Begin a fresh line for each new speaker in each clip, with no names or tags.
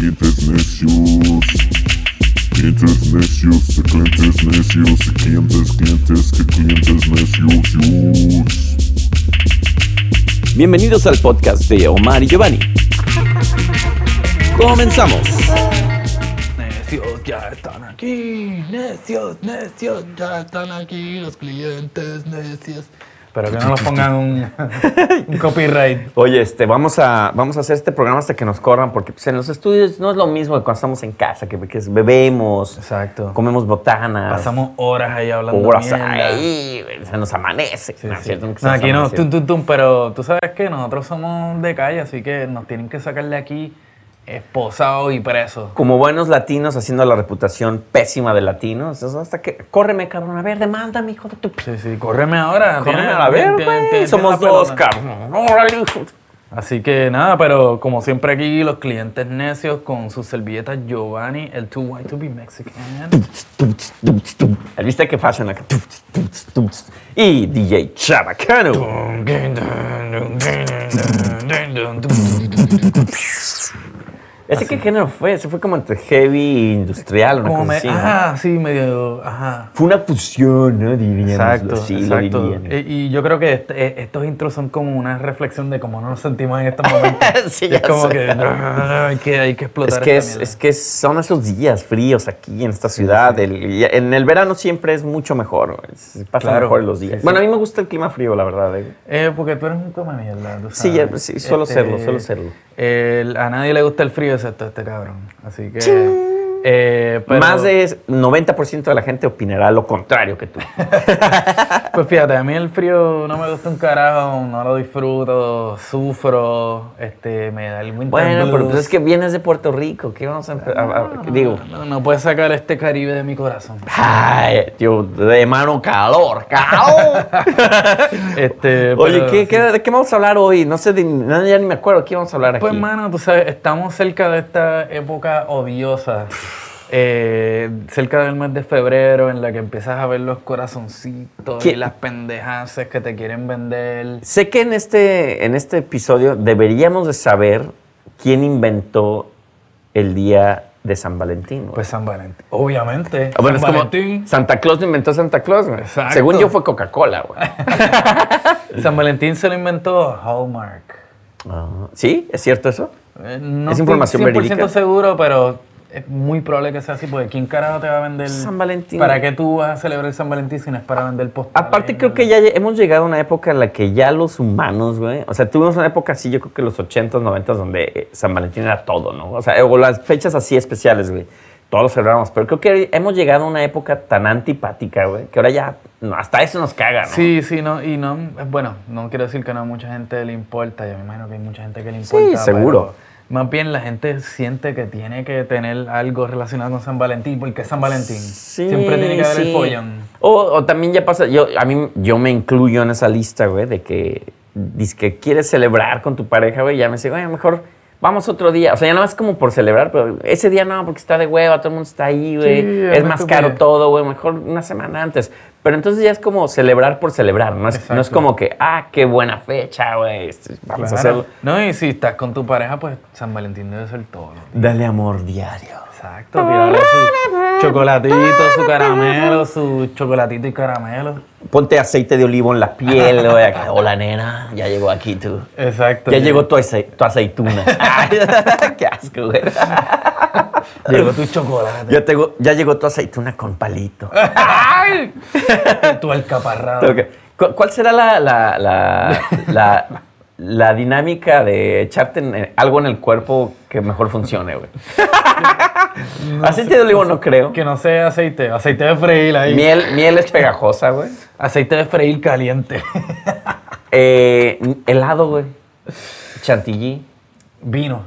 clientes necios. Clientes necios, de clientes necios, de clientes, clientes, que clientes necios.
Bienvenidos al podcast de Omar y Giovanni. Comenzamos.
Necios ya están aquí, necios, necios ya están aquí, los clientes necios. Pero que no nos pongan un, un copyright.
Oye, este, vamos a, vamos a hacer este programa hasta que nos corran, porque pues, en los estudios no es lo mismo que cuando estamos en casa, que, que es- bebemos,
Exacto.
comemos botanas,
Pasamos horas ahí hablando.
horas
mierda.
ahí, se nos amanece.
Sí,
No, es
sí.
cierto, nunca se
No,
nos
aquí no,
amanece.
tum, tum, tum, pero tú sabes que nosotros somos de calle, así que nos tienen que sacar de aquí esposados y presos.
Como buenos latinos haciendo la reputación pésima de latinos, es hasta que, córreme, cabrón, a ver, demándame, hijo de tu... p-
Sí, sí, córreme ahora.
Córreme
tiene-
a la ver,
tiene- tiene- tiene
güey,
la
somos dos,
pelota.
cabrón. Órale, hijo.
Así que nada, pero como siempre aquí, los clientes necios con sus servilletas Giovanni, el Too White to Be Mexican.
Tuts, tuts, tuts. El viste que fashion acá. Tuts, tuts, tuts. Y DJ Chabacano. ¿Ese qué género fue? Ese fue como entre heavy e industrial, una
Como
cosa
me,
así, ¿no?
ah, sí, medio. Ajá.
Fue una fusión, ¿no? Diríamos.
Exacto,
sí, Lo
exacto.
dirían.
Y, y yo creo que este- eh, estos intros son como una reflexión de cómo nos sentimos en estos momentos.
Sí,
es
ya
como
sé.
que, hay que hay que
Es
explotar.
que,
esta
es,
mierda.
es que son esos días fríos aquí en esta ciudad. El- y en el verano siempre es mucho mejor. güey. Es- Pasan
Claro,
mejor los
sí,
días.
sí.
Bueno, a mí me gusta el clima frío, la verdad. eh.
Eh, porque tú eres un come mierda. tú
Sí,
sabes. Este,
ya, sí, suelo serlo, suelo serlo.
el- a nadie le gusta el frío excepto a este cabrón. Así que. eh, pero-
Más de 90% de la gente opinará lo contrario que tú.
Pues fíjate, a mí el frío no me gusta un carajo, no lo disfruto, sufro, este, me da el winter
Bueno, pero
blues.
pues es que vienes de Puerto Rico. ¿Qué vamos a, empe-
Ah.
a- a- Digo,
No, no puedes sacar este Caribe de mi corazón.
ay, tío, de mano calor, calor.
Este,
Oye,
pero
¿qué,
sí.
qué- ¿de qué vamos a hablar hoy? No sé, de- no, ya ni me acuerdo. ¿Qué vamos a hablar aquí?
Pues, mano, tú sabes, estamos cerca de esta época odiosa. eh, cerca del mes de febrero, en la que empiezas a ver los corazoncitos
¿Qué?
y las pendejaces que te quieren vender.
Sé que en este, en este episodio deberíamos de saber quién inventó el día de San Valentín. güey.
Pues San Valentín. Obviamente.
Ah, bueno,
San
es como
Valentín.
Santa Claus lo inventó Santa Claus. güey.
Exacto.
Según yo fue Coca-Cola, güey.
San Valentín se lo inventó Hallmark.
Ah, ¿Sí? ¿Es cierto eso?
Eh, No
Es información
estoy 100%
verídica.
seguro, pero es muy probable que sea así, porque ¿quién carajo te va a vender?
San Valentín.
¿Para qué tú vas a celebrar San Valentín si no es para vender postales?
Aparte creo que ya lle- hemos llegado a una época en la que ya los humanos, güey, o sea, tuvimos una época así, yo creo que los 80s, 90s, donde eh, San Valentín era todo, ¿no? O sea, o las fechas así especiales, güey. Todos los celebramos, pero creo que hemos llegado a una época tan antipática, güey, que ahora ya no, hasta eso nos caga, ¿no?
Sí, sí, no, y no, bueno, no quiero decir que no a mucha gente le importa, yo me imagino que hay mucha gente que le
Sí,
importa. pero
seguro.
Más bien la gente siente que tiene que tener algo relacionado con San Valentín, porque es San Valentín.
Sí,
Siempre tiene que haber el
sí.
follón.
O, o también ya pasa, yo, a mí, yo me incluyo en esa lista, güey, de que, dice que quieres celebrar con tu pareja, güey, ya me dice, güey, mejor vamos otro día. O sea, ya no es como por celebrar, pero ese día no, porque está de hueva, todo el mundo está ahí, güey,
Sí,
es
me
más
tuve.
caro todo, güey, mejor una semana antes. Pero entonces ya es como celebrar por celebrar, no es, no es
Exacto.
como que, ah, qué buena fecha, güey, este, vamos a
Claro.
hacerlo.
No, y si estás con tu pareja, pues San Valentín debe ser todo.
Dale amor diario.
Exacto, tirarle su chocolatito, su caramelo, su chocolatito y caramelo.
Ponte aceite de olivo en la piel, güey, acá, hola nena, ya llegó aquí tú.
Exacto.
Ya llegó tu, ace- tu aceituna. Ay, ¡Qué asco, güey!
Llegó tu chocolate,
Ya, tengo- ya llegó tu aceituna con palito.
tu alcaparrado.
Ok. ¿Cu- ¿Cuál será la, la, la, la- la dinámica de echarte en- en algo en el cuerpo que mejor funcione, güey? aceite de olivo no creo.
Que no sea aceite, aceite de freír ahí.
Miel, miel es pegajosa, güey.
Aceite de freír caliente.
Eh, helado, güey. Chantilly.
Vino.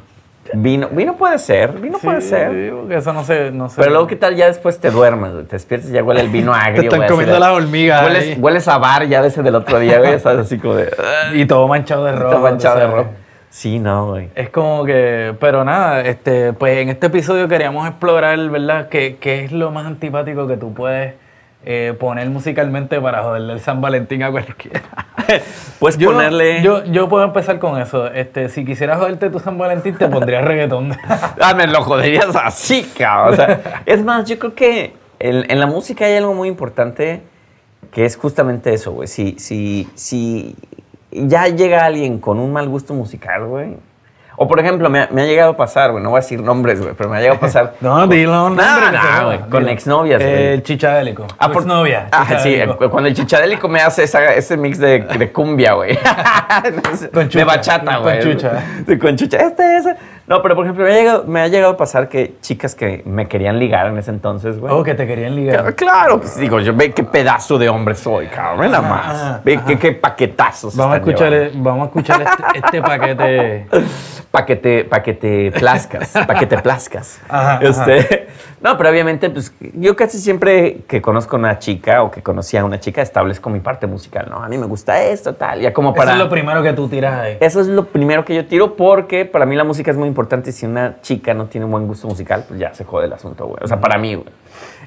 Vino. Vino puede ser. Vino puede
Sí,
ser.
sí, porque eso no se... No se-
Pero luego, ¿qué tal ya después te duermes? güey? Te despiertas y ya huele el vino agrio.
están
güey, así
comiendo
de-
las hormigas ahí.
Hueles, hueles a bar ya desde el otro día, güey. Estás así como de. "Ah,
Y todo manchado de rojo.
Está manchado
tú
de
sabes.
rojo. Sí, no, güey.
Es como que, pero nada, este, pues en este episodio queríamos explorar, ¿verdad? ¿Qué, qué es lo más antipático que tú puedes eh, poner musicalmente para joderle el San Valentín a cualquiera?
Puedes
Yo,
ponerle.
yo, yo puedo empezar con eso. Este, si quisieras joderte tu San Valentín, te pondría reggaetón.
Ah, me lo joderías así, cabrón. O sea, es más, yo creo que en, en la música hay algo muy importante que es justamente eso, güey. Si, si, si ya llega alguien con un mal gusto musical, güey. O por ejemplo, me, ha- me ha llegado a pasar, güey, no voy a decir nombres, güey, pero me ha llegado a pasar.
no, dilo,
No,
hombre,
no,
que se
güey,
joda,
con
dilo.
exnovias, güey.
El chichadélico.
Ah,
tu
por-
exnovia.
Ah, sí,
chichadélico.
cu- cuando el chichadélico me hace esa- ese mix de, de cumbia, güey.
Con
de
chucha,
bachata,
con
güey.
chucha.
De con chucha. Este, ese. No, pero por ejemplo, me ha, llegado, me ha llegado a pasar que chicas que me querían ligar en ese entonces, güey.
Oh, que te querían
Claro,
ligar.
Claro, pues digo, yo ve qué pedazo de hombre soy, cabrón,
Ah,
nada más. Ve qué, qué paquetazos.
Vamos a
están
escuchar,
llevando.
eh, vamos a escuchar este, este paquete.
Pa' que te, pa' que te plazcas, pa' que te plazcas.
Ajá,
este, No, pero obviamente, pues yo casi siempre que conozco a una chica o que conocí a una chica, establezco mi parte musical, ¿no? A mí me gusta esto, tal, ya como para... Eh,
Eso es lo primero que tú tiras ahí.
Eso es lo primero que yo tiro porque para mí la música es muy importante. y Si una chica no tiene un buen gusto musical, pues ya se jode el asunto, güey. O sea, para mí, güey.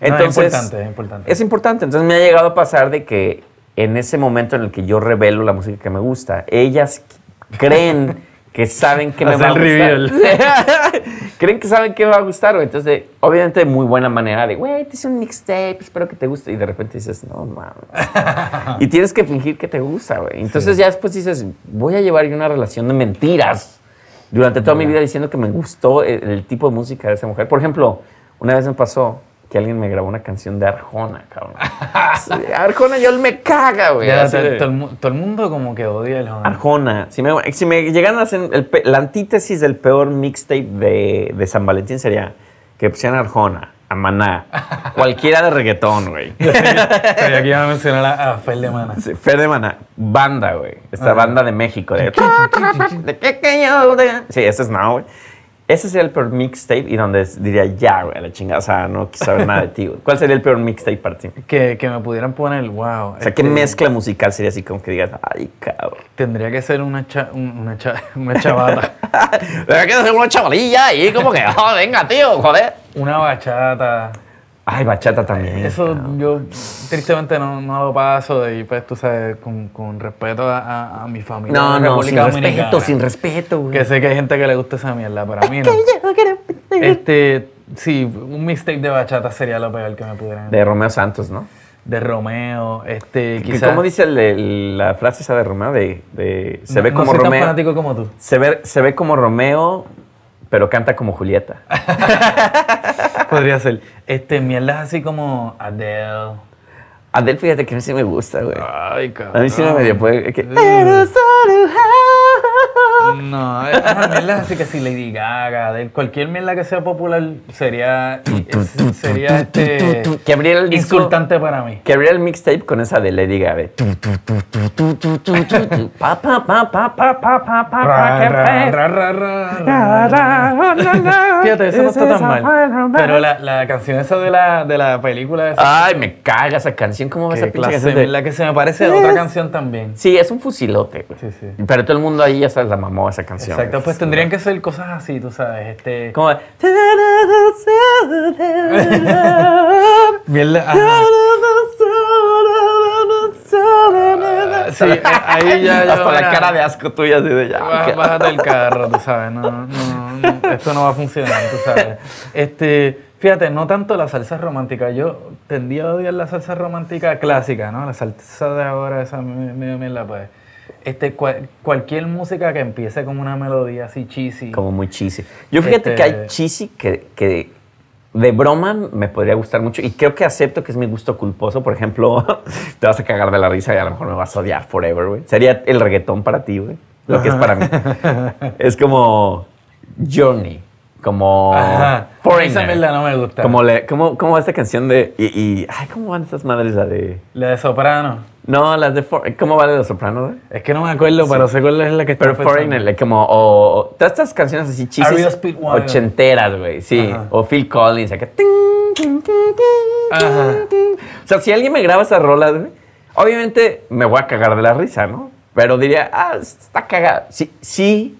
es
Entonces,
importante, es importante.
Es importante. Entonces me ha llegado a pasar de que en ese momento en el que yo revelo la música que me gusta, ellas creen que saben que me
Hace
va a
el reveal.
gustar. creen que saben que me va a gustar, güey. Entonces, obviamente, de muy buena manera de, güey, te hice un mixtape, espero que te guste. Y de repente dices, no mames. Y tienes que fingir que te gusta, güey. Entonces ya después dices, voy a llevar yo una relación de mentiras durante toda mi vida diciendo que me gustó el, el tipo de música de esa mujer. Por ejemplo, una vez me pasó que alguien me grabó una canción de Arjona, cabrón. Sí, Arjona, yo me caga, güey.
Ya,
Así
to-
de-
todo, el mu- todo el mundo como que odia el
Ah.
Honda.
Arjona. Si me, si me llegaran a hacer el pe- la antítesis del peor mixtape de, de San Valentín sería que pusieran a Arjona, a Maná, cualquiera de reggaetón, güey.
Pero yo aquí iba a mencionar a, a Fer de Mana.
Sí, Fer de Maná, banda, güey.
Ah.
Esta banda de México. De, de que- que yo de- Sí, ese es Mao, güey. Ese sería el peor mixtape y donde es- diría, ya, güey, a la chingada. O sea, no quiero saber nada de ti, güey. ¿Cuál sería el peor mixtape para ti?
Que, que me pudieran poner, wow.
O
este,
sea, ¿qué mezcla musical sería así como que digas, ay, cabrón?
Tendría que ser una, cha- un- una, cha- una chavata.
Pero que hacer una chavalilla y como que, oh, venga, tío, joder.
una bachata.
Ay, bachata también.
Eso
cabrón.
yo tristemente no, no lo paso y pues tú sabes, con, con respeto a, a- a mi familia.
No,
de
no, sin
República
respeto,
Dominicana,
sin respeto, güey.
Que sé que hay gente que le gusta esa mierda, pero a mí no. Este, sí, un mixtape de bachata sería lo peor que me pudieran.
De Romeo Santos, ¿no?
de Romeo, este,
Que
quizás.
¿Cómo dice el- el- la frase esa de Romeo? De, de- se ve
no,
como
no soy tan
Romeo.
fanático como tú.
Se ve, se ve como Romeo, pero canta como Julieta.
Podría ser. Este, mierdas así como Adele.
Adel, fíjate que a mí sí me gusta, güey.
Ay, cabrón.
A mí sí me medio puede. es que-
No, esas mierdas así que si Lady Gaga, Adele, cualquier mierda que sea popular sería. es- sería este.
Que abriera el disco.
Insultante para mí.
Que abriera el mixtape con esa de Lady Gaga. de tu, tu, tu, tu, tu, tu, tu, tu, tu, pa, pa, pa, pa, pa, pa, pa, pa, pa,
Ra,
que
ra,
pe-
ra, ra, ra, ra,
Ra,
ra.
ra, ra, ra.
Fíjate, eso no está tan
Esa
mal.
buena,
Pero la, la canción esa de la, de la película esa,
Ay, me caga esa canción. ¿Cómo va
que
Ah, esa pinche
clase,
canción? de-
la que se me parece a otra canción también.
Sí, es un fusilote, güey.
Sí, sí.
Pero todo el mundo ahí ya se la mamó esa canción.
Exacto, pues
Es-
tendrían que ser cosas así, tú sabes, este...
Como. de-
Mierda, ajá. Sí, eh, ahí ya... yo-
Hasta la
ya,
cara de asco tuya, así de ya.
ba-
que-
Bájate del carro, tú sabes, no, no, no, esto no va a funcionar, tú sabes. Este, fíjate, no tanto la salsa romántica, yo tendía a odiar la salsa romántica clásica, ¿no? La salsa de ahora, esa me- medio mierda, pues. Este, cual- cualquier música que empiece con una melodía así cheesy.
Como muy cheesy. Yo fíjate
Este-
que hay cheesy que, que de broma me podría gustar mucho y creo que acepto que es mi gusto culposo. Por ejemplo, te vas a cagar de la risa y a lo mejor me vas a odiar forever, güey. Sería el reggaetón para ti, güey. Lo que es para mí. es como Journey, como
Ajá. Esa
Foreigner.
mierda no me gusta.
Como, le, como, como esta canción de... Y, y- ay, ¿cómo van estas madres? La de...
La de soprano.
No, las de... For- ¿Cómo va la de Los Sopranos, güey?
Es que no me acuerdo, pero sé cuál es la que
Pero
estoy pensando.
Foreigner, like, como, o, o- todas estas canciones así
Ariel
chistes
Speedwagon.
ochenteras, güey, sí.
Ajá.
O Phil Collins, acá. ting, ting, ting, ting,
Ajá.
ting. O sea, si alguien me graba esas rolas, güey, obviamente me voy a cagar de la risa, ¿no? Pero diría, ah, está cagada. Sí, sí,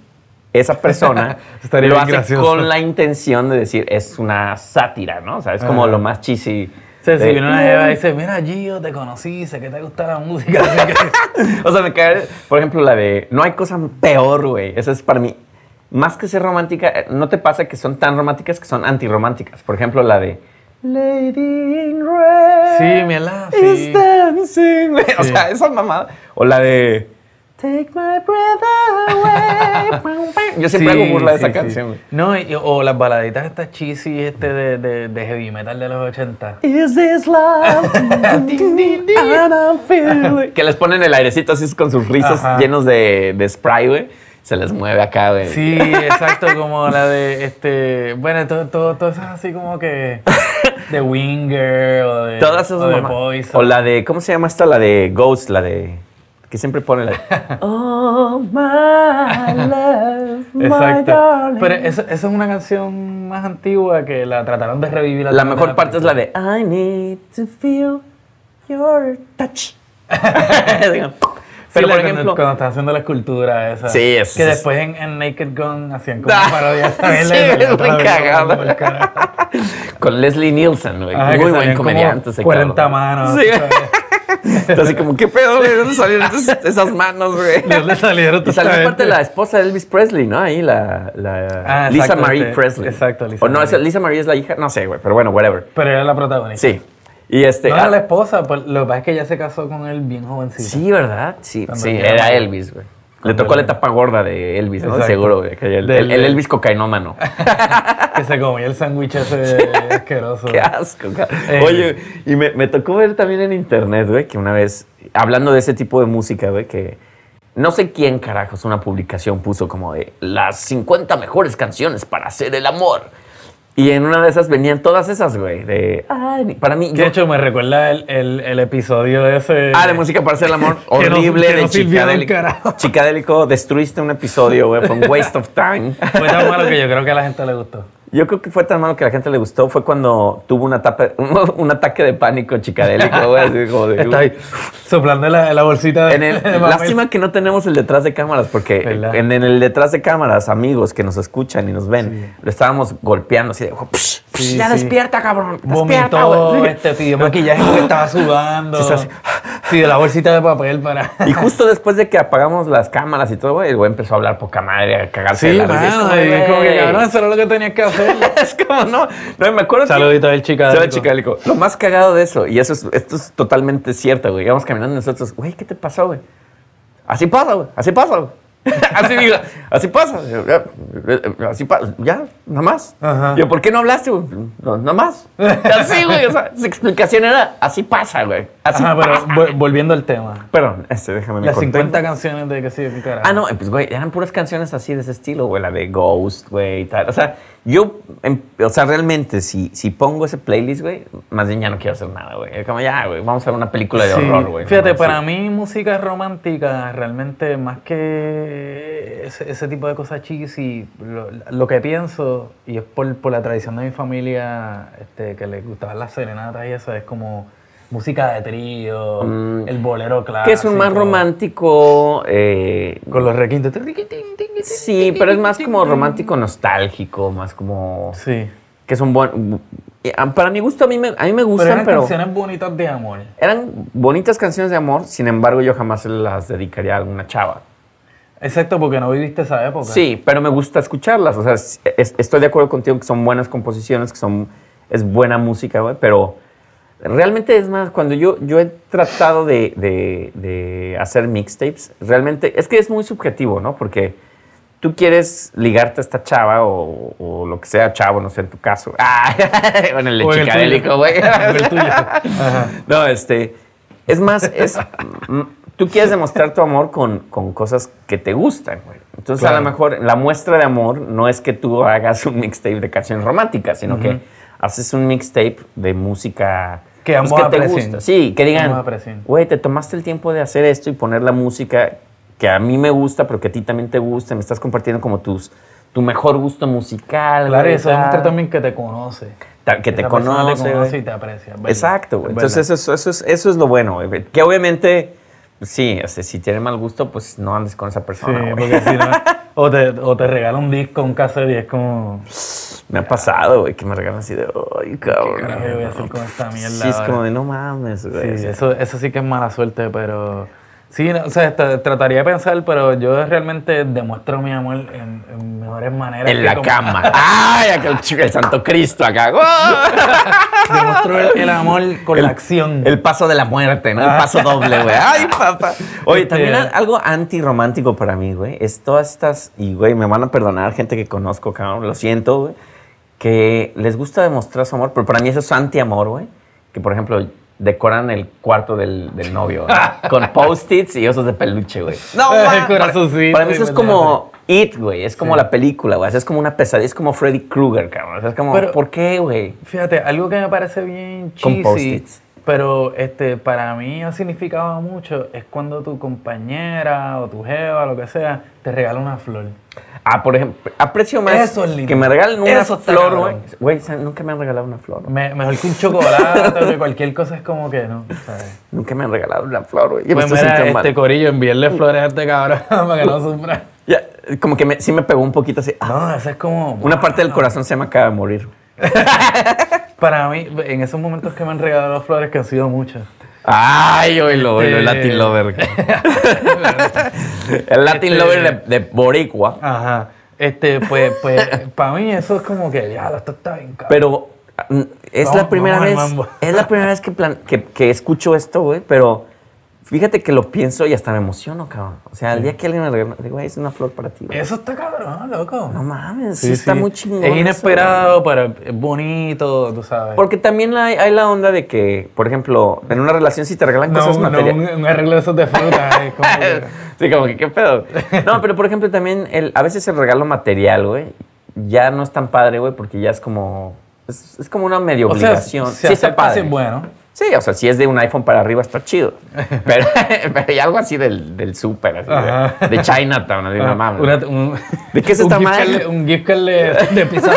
esa persona
Estaría
lo
bien
hace
gracioso.
con la intención de decir, es una sátira, ¿no? O sea, es como
Ajá.
lo más cheesy.
sea, si
De-
viene una jeva y dice, mira Gio, te conocí, sé que te gusta la música. así que-".
O sea, me cae, por ejemplo, la de no hay cosa peor, güey. Esa es para mí. Más que ser romántica, eh, no te pasa que son tan románticas que son antirrománticas. Por ejemplo, la de Lady in Red.
Sí, mierda, sí.
is dancing, güey. O
Sí.
sea, esa mamada. O la de Take my breath away. Pam, pam. Yo siempre
Sí,
hago burla de
sí,
esa
sí.
canción, güey.
No, y- o las baladitas estas cheesy este de, de, de heavy metal de los 80.
Is this love? And I'm feeling- Que les ponen el airecito así con sus risas
Ajá.
llenos de, de spray, güey. Se les mueve acá, güey.
Sí, exacto, como la de este. Bueno, todo, todo, todo eso es así como que. De Winger o de.
Todas esas
Eh, o de
mamá-
Poison.
O la de, ¿cómo se llama esta? La de Ghost, la de. Que siempre pone la de. oh, my love,
Exacto. Pero esa esa es una canción más antigua que la trataron de revivir. a
La
través
mejor parte es
película.
la de I need to feel your touch.
Sí,
Pero
la
por
cuando-
ejemplo.
Cuando estás haciendo la escultura esa.
Sí, es-
Que
es-
después en, en Naked Gun hacían como
Ah,
parodia. ¿sabes?
sí,
La- la-
es muy
la- la-
cagado.
como el carajo.
Con Leslie Nielsen, güey.
Ajá, que
Muy
salían
buen
como
comediante. ese
40
cabrón.
manos.
Sí.
¿sabes?
Entonces, así como, ¿qué pedo, güey? ¿De ¿Dónde salieron esas- esas manos, güey?
¿De dónde salieron
Y salió
totalmente?
parte de la esposa de Elvis Presley, ¿no? Ahí la, la
Ah,
Lisa
exacto,
Marie
este,
Presley.
exacto, Lisa
O no,
Marie.
esa- Lisa Marie es la hija, no sé, güey, pero bueno, whatever.
Pero era la protagonista.
Sí. Y este.
No era
ah,
la esposa, pues, lo que pasa es que ella se casó con él bien jovencito.
sí, ¿verdad? Sí,
Cuando
sí,
era-
era Elvis, güey. Le
Cuando
tocó la
era-
etapa gorda de Elvis, ¿no?
Exacto.
Seguro, güey. que El, el-
Del-
el Elvis cocainómano.
Que se comió el sándwich ese asqueroso.
Qué asco. ca-
Eh.
Oye, y me, me tocó ver también en internet, güey, que una vez, hablando de ese tipo de música, güey, que no sé quién carajos una publicación puso como de las 50 mejores canciones para hacer el amor. Y en una de esas venían todas esas, güey, de... Ay, para mí...
Que
yo-
De hecho, me recuerda el, el, el episodio ese.
Ah, de música para hacer el amor.
Que no-
Horrible,
que no
de
sirvió del
Chicadélico.
carajo.
Chicadélico, destruiste un episodio, güey. Fue un waste of time.
Fue tan malo que yo creo que a la gente le gustó.
Yo creo que fue tan malo que a la gente le gustó. Fue cuando tuvo un, atape- un ataque de pánico chicadélico, güey. así como de-
Está ahí soplando la, la bolsita de.
En el-
de papel.
lástima que no tenemos el detrás de cámaras, porque
¿Verdad?
en, en el detrás de cámaras, amigos que nos escuchan y nos ven, lo estábamos golpeando así de, "Psh, psh,
Sí,
ya
sí.
despierta, cabrón. Despierta,
Vomitó,
güey.
este pidió maquillaje porque estaba sudando.
Sí, está así.
Pidió la bolsita de papel para.
Y justo después de que apagamos las cámaras y todo, güey, el güey empezó a hablar poca madre, a cagarse de
Sí,
la risa. Es
mano,
como,
y es como que
"Güey".
cabrón, eso era lo que tenías que hacer.
es como, no, no, me acuerdo. que-
Saludito del Chicadélico.
Saludos, Chicadélico. Lo más cagado de eso, y eso es, esto es totalmente cierto, güey. Íbamos caminando nosotros, güey, ¿qué te pasó, güey? Así pasa, güey, así pasa, güey. así digo, así pasa, ya, así pasa, ya, nada más.
Ajá.
Yo, ¿por qué no hablaste, güey? No, nada más. Así, güey, o sea, su explicación era, así pasa, güey. Así
Ajá, pero
pasa.
vo- volviendo al tema.
Perdón, este, déjame me
Las
contengo.
50 canciones de que sí, qué carajo.
Ah, no, pues, güey, eran puras canciones así de ese estilo, güey, la de Ghost, güey, y tal. O sea, yo, em, o sea, realmente, si, si pongo ese playlist, güey, más bien ya no quiero hacer nada, güey. Es Como ya, güey, vamos a ver una película de
Sí,
horror, güey.
Fíjate,
No,
para
sí.
mí música romántica realmente más que ese, ese tipo de cosas cheesy, lo, lo que pienso, y es por, por la tradición de mi familia, este, que les gustaban las serenatas y eso, es como música de trío, el bolero clásico.
Mm. Que es un más romántico, eh,
Con los requintes.
sí, pero es más como romántico nostálgico, más como...
Sí.
Que es un buen... eh, Para mi gusto, a mí me, a mí me
Pero
gustan,
eran
pero...
canciones bonitas de amor.
Eran bonitas canciones de amor, sin embargo, yo jamás se las dedicaría a alguna chava.
Exacto, porque no viviste esa época.
Sí, pero me gusta escucharlas. O sea, es- es- estoy de acuerdo contigo que son buenas composiciones, que son es buena música, güey, pero realmente es más, cuando yo, yo he tratado de, de- de hacer mixtapes, realmente es que es muy subjetivo, ¿no? Porque tú quieres ligarte a esta chava o, o lo que sea, chavo, no sé, en tu caso. Ah, bueno, el de
O en el
chicadélico,
tuyo.
güey.
El tuyo. Ajá.
No, este. Es más, es. mm, Tú quieres demostrar tu amor con, con cosas que te gustan, güey. Entonces, a
Claro.
lo mejor la muestra de amor no es que tú hagas un mixtape de canciones románticas, sino que haces un mixtape de música
Que ambos
te
aprecien.
gusta. Sí, que digan,
Ambos aprecien.
güey, te tomaste el tiempo de hacer esto y poner la música que a mí me gusta, pero que a ti también te gusta. Me estás compartiendo como tus, tu mejor gusto musical.
Claro, y
güey,
eso
tal,
demuestra también que te conoce.
tal, que Pues te
Esa persona
conoce.
te
güey.
conoce y te aprecia. ¿verdad?
Exacto, güey.
Es
Entonces
verdad.
eso es, eso, es, eso es lo bueno, güey. Que obviamente, sí, o sea, si tiene mal gusto, pues no andes con esa
Sí,
persona, güey.
porque si no, o te, o te regala un disco, un cassette y es como...
Me ha pasado, güey, que me regalan así de, ay, cabrón.
carajo voy a hacer
no,
con esta mierda
Sí, es
ahora?"
como de, no mames, güey.
¿eh? Sí, eso, eso sí que es mala suerte, pero. Sí, no, o sea, tra- trataría de pensar, pero yo realmente demuestro mi amor en, en mejores maneras.
En
que
la
como-
cama. ay, acá el, chico, el Santo Cristo acá.
Demuestro el, el amor con la acción.
El paso de la muerte, ¿no? El paso doble, güey. Ay, papá. Oye,
Este-
también al- algo antirromántico para mí, güey, es todas estas, y güey, me van a perdonar gente que conozco, cabrón, lo siento, güey, que les gusta demostrar su amor, pero para mí eso es antiamor, güey, que por ejemplo decoran el cuarto del, del novio, güey, con post-its y osos de peluche, güey. No,
El
ma-
corazoncito
Para mí eso
y
es como It, güey, es como la película, güey, o sea, es como una pesadilla, es como Freddy Krueger, cabrón, o sea, es como,
Pero-
¿por qué, güey?
Fíjate, algo que me parece bien
Con
cheesy,
post-its.
pero este, para mí ha significado mucho, es cuando tu compañera o tu jeva, lo que sea, te regala una flor.
Ah, por ejemplo, aprecio más
Eso es lindo.
que me regalen una
Eso está
flor, güey.
cabrón.
Güey, ¿saben? nunca me han regalado una flor. güey.
Me- mejor que un chocolate o que cualquier cosa es como que no, ¿sabes?
Nunca me han regalado una flor, güey. Yo
Pues
me estoy
mira,
sintiendo mal.
este corillo, enviarle flores a este cabrón para que no sufra.
Ya, como que me- sí me pegó un poquito así. ah,
No, eso es como...
una parte del corazón se me acaba de morir.
Para mí, en esos momentos que me han regalado flores, que han sido muchas.
Ay, oílo, oílo, el
Este-
Latin Lover. el Latin
Este-
Lover de, de Boricua.
Ajá. Este, pues, pues, para mí eso es como que, ya, esto está bien cabrón.
Pero mm, es
Vamos-
la primera
vamos al
vez.
mambo.
Es la primera vez que, plan- que, que escucho esto, güey. Pero fíjate que lo pienso y hasta me emociono, cabrón. O sea, el día que alguien me regala, digo, "Güey, es una flor para ti, güey.
Eso está cabrón, loco.
No mames, sí, E
Sí,
está
sí.
muy chingón.
Es
eso, güey.
inesperado, pero es bonito, tú sabes.
Porque también hay, hay la onda de que, por ejemplo, en una relación si te regalan
no,
cosas
un- no, un,
materiales.
un arreglo de esos de fruta. es como que-
sí, como que qué pedo. No, pero por ejemplo también el, a veces el regalo material, güey, ya no es tan padre, güey, porque ya es como es, es como una medio
o sea,
obligación.
si
sí está
aceptas,
padre.
es bueno.
Sí, o sea, si es de un iPhone para arriba está chido. Pero, pero hay algo así del, del súper, así
Ajá.
de, de Chinatown, así, no mames.
Ah, Una- un-
¿De qué es esta
un gift
madre?
card- Un gift card de, de pizzas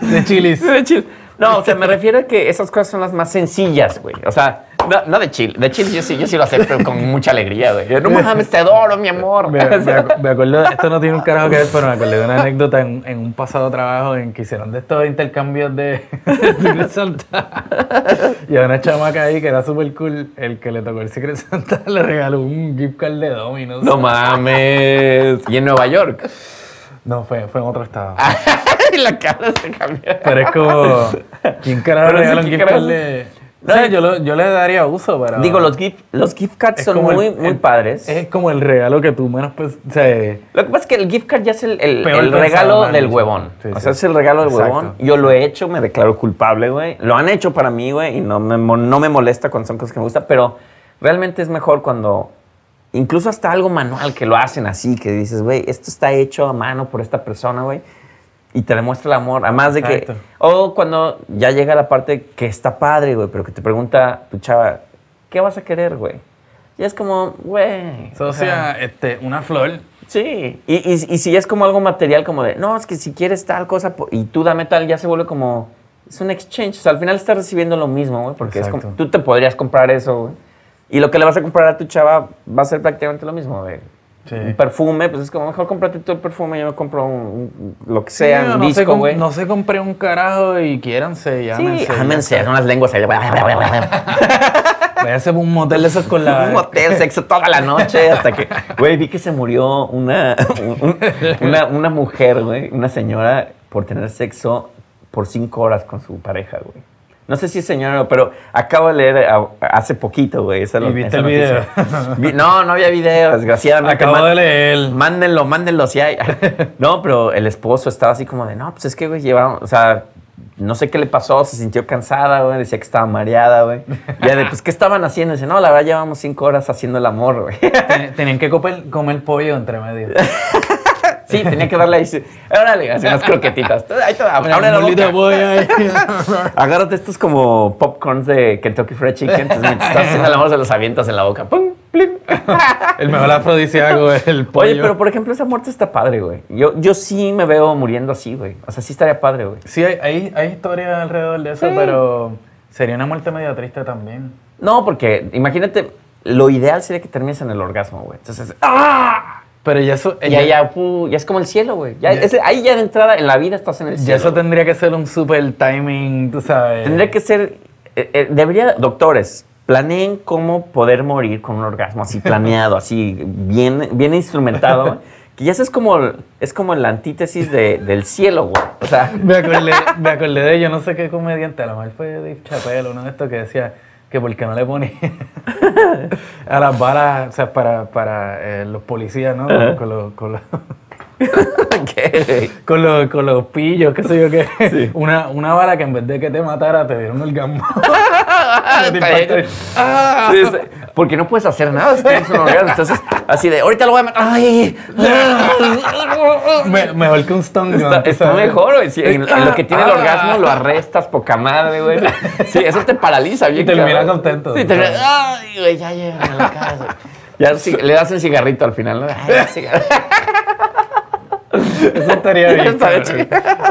de chilis.
Sí, de chile. No, o sea, me refiero a que esas cosas son las más sencillas, güey. O sea, no, no de chile. De chile yo sí, yo sí lo acepto con mucha alegría, güey. Yo, No mames, te adoro, mi amor.
Me, me acu- me acuerdo, esto no tiene un carajo que ver, pero me acordé de una anécdota en, en un pasado trabajo en que hicieron de estos intercambios de Secret Santa. Y a una chamaca ahí que era súper cool, el que le tocó el Secret Santa le regaló un gift card de Domino's.
No mames. Y en Nueva York.
No, fue, fue en otro estado.
Ah. Y la cara se cambió.
Pero es como, ¿quién carajo
Pero sí,
regala un
¿quién
gift card
carajo?
de...? O sea, yo, lo- yo le daría uso, pero...
Digo, los gift, los gift cards
es
son
como el- eh,
muy, muy
el-
padres.
Es como el regalo que tú menos... Pues, o sea,
Lo que pasa es que el gift card ya es el, el-
Peor
el
pensado,
regalo
man.
del huevón.
Sí,
o
sí.
sea, es el regalo del
Exacto.
huevón. Yo lo he hecho, me declaro culpable, güey. Lo han hecho para mí, güey, y no me, mo- no me molesta cuando son cosas que me gustan, pero realmente es mejor cuando. Incluso hasta algo manual que lo hacen así, que dices, güey, esto está hecho a mano por esta persona, güey. Y te demuestra el amor, además de que...
Exacto.
O cuando ya llega la parte que está padre, güey, pero que te pregunta tu chava, ¿qué vas a querer, güey? Y es como, güey...
o sea, este, una flor...
Sí, y, y- y si es como algo material, como de, no, es que si quieres tal cosa po- y tú dame tal, ya se vuelve como, es un exchange. O sea, al final estás recibiendo lo mismo, güey, porque es como-
Exacto.
tú te podrías comprar eso, güey. Y lo que le vas a comprar a tu chava va a ser prácticamente lo mismo, güey.
Sí.
Un perfume, pues es como, mejor cómprate tú el perfume, yo me compro un- un- lo que sea,
Sí,
un
no se
disco,
com-
güey.
no se compré un carajo y quiéranse,
sí,
llámense.
ámense, son las lenguas. ahí.
Váyanse por un motel de esos con la...
un hotel, sexo toda la noche hasta que, güey, vi que se murió una, un- una, una mujer, güey, una señora por tener sexo por cinco horas con su pareja, güey. No sé si es señora, pero acabo de leer a- hace poquito, güey. Esa
¿Y
lo-
viste
esa
el
noticia.
video?
Vi- no, no había video, desgraciadamente.
Acabo
Man-
de leer.
Mándenlo, mándenlo, si hay. No, pero el esposo estaba así como de, no, pues es que, güey, llevaron, o sea, no sé qué le pasó, se sintió cansada, güey, decía que estaba mareada, güey. Y ya de, pues, ¿qué estaban haciendo? Dice, no, la verdad, llevamos cinco horas haciendo el amor, güey.
Ten- Tenían que comer, comer pollo entre medio.
Sí, tenía que darle ahí, sí. órale, así unas croquetitas. Tú, Ahí te va, abre la
Un bolito de
boca.
pollo ahí.
Agárrate estos como popcorns de Kentucky Fried Chicken, entonces mientras estás haciendo el amor se los avientas en la boca. ¡Pum! ¡Plim!
El mejor afrodisíaco es el pollo.
Oye, pero por ejemplo, esa muerte está padre, güey. Yo, yo sí me veo muriendo así, güey. O sea, sí estaría padre, güey.
Sí, hay, hay, hay historias alrededor de eso, pero sería una muerte medio triste también.
No, porque imagínate, lo ideal sería que termines en el orgasmo, güey. Entonces, ¡ah!
Pero ya eso.
Ya, ya, pu- ya es como el cielo, güey. Ya,
Ya.
ese- ahí ya de entrada, en la vida estás en el
ya
cielo.
eso
güey.
tendría que ser un super timing, tú sabes.
Tendría que ser. eh, eh, debería. Doctores, planeen cómo poder morir con un orgasmo así planeado, así bien, bien instrumentado, güey. Que ya eso es como, es como la antítesis de- del cielo, güey. O sea,
Me acordé, me acordé de yo no sé qué comediante, a lo mejor fue Dave Chappelle, uno de estos que decía que por qué no le ponía a las balas, o sea, para, para eh, los policías, ¿no? Con- Con, los, con, los,
que-
con, los, con los pillos, qué sé yo qué.
Sí.
Una, una bala que en vez de que te matara, te dieron el gambo.
Sí, es- porque no puedes hacer nada si tienes un orgasmo. Entonces, así de, ahorita lo voy a matar. Ay.
Me- mejor que un stone gun.
Está,
tú
está
sabes.
mejor, güey. Sí, en, en lo que tiene el
Ah.
orgasmo lo arrestas, poca madre, güey. Sí, eso te paraliza bien.
termina
cabrón.
contento.
Sí, termina, ay, güey, ya llévame a la casa. Ya sí, le das un cigarrito al final, ¿no? Ay, un cigarro.
Eso estaría
Ya
bien.
está
cabrón.
chido.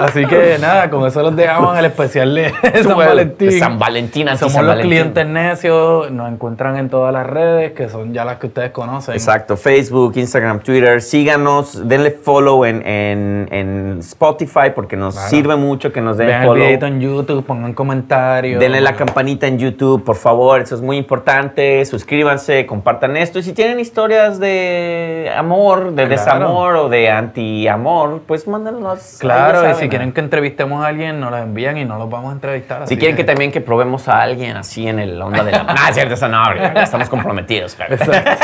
Así que nada, con eso los dejamos en el especial de San
Güey,
Valentín.
San Valentín, anti
Somos
San
los
Valentín.
clientes necios, nos encuentran en todas las redes, que son ya las que ustedes conocen.
Exacto, Facebook, Instagram, Twitter, síganos, denle follow en, en- en Spotify porque nos
Claro.
sirve mucho que nos den
Vean el
follow.
videito en YouTube, pongan comentarios.
Denle la campanita en YouTube, por favor, eso es muy importante. Suscríbanse, compartan esto. Y si tienen historias de amor, de
Claro.
desamor o de antiamor, pues mándanos.
Claro, y si quieren que entrevistemos a alguien, nos los envían y no los vamos a entrevistar.
Si
así
quieren que también que probemos a alguien así en el onda de la. Ah, es cierto, eso no, ya estamos comprometidos. claro.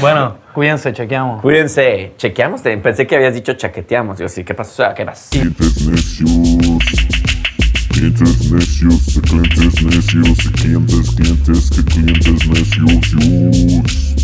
Bueno, cuídense, chequeamos.
Cuídense, chequeamos. te- Pensé que habías dicho chaqueteamos. Yo sí, ¿qué pasó? ¿Qué pasó?
Clientes necios. Clientes necios, clientes necios, clientes, clientes, clientes necios.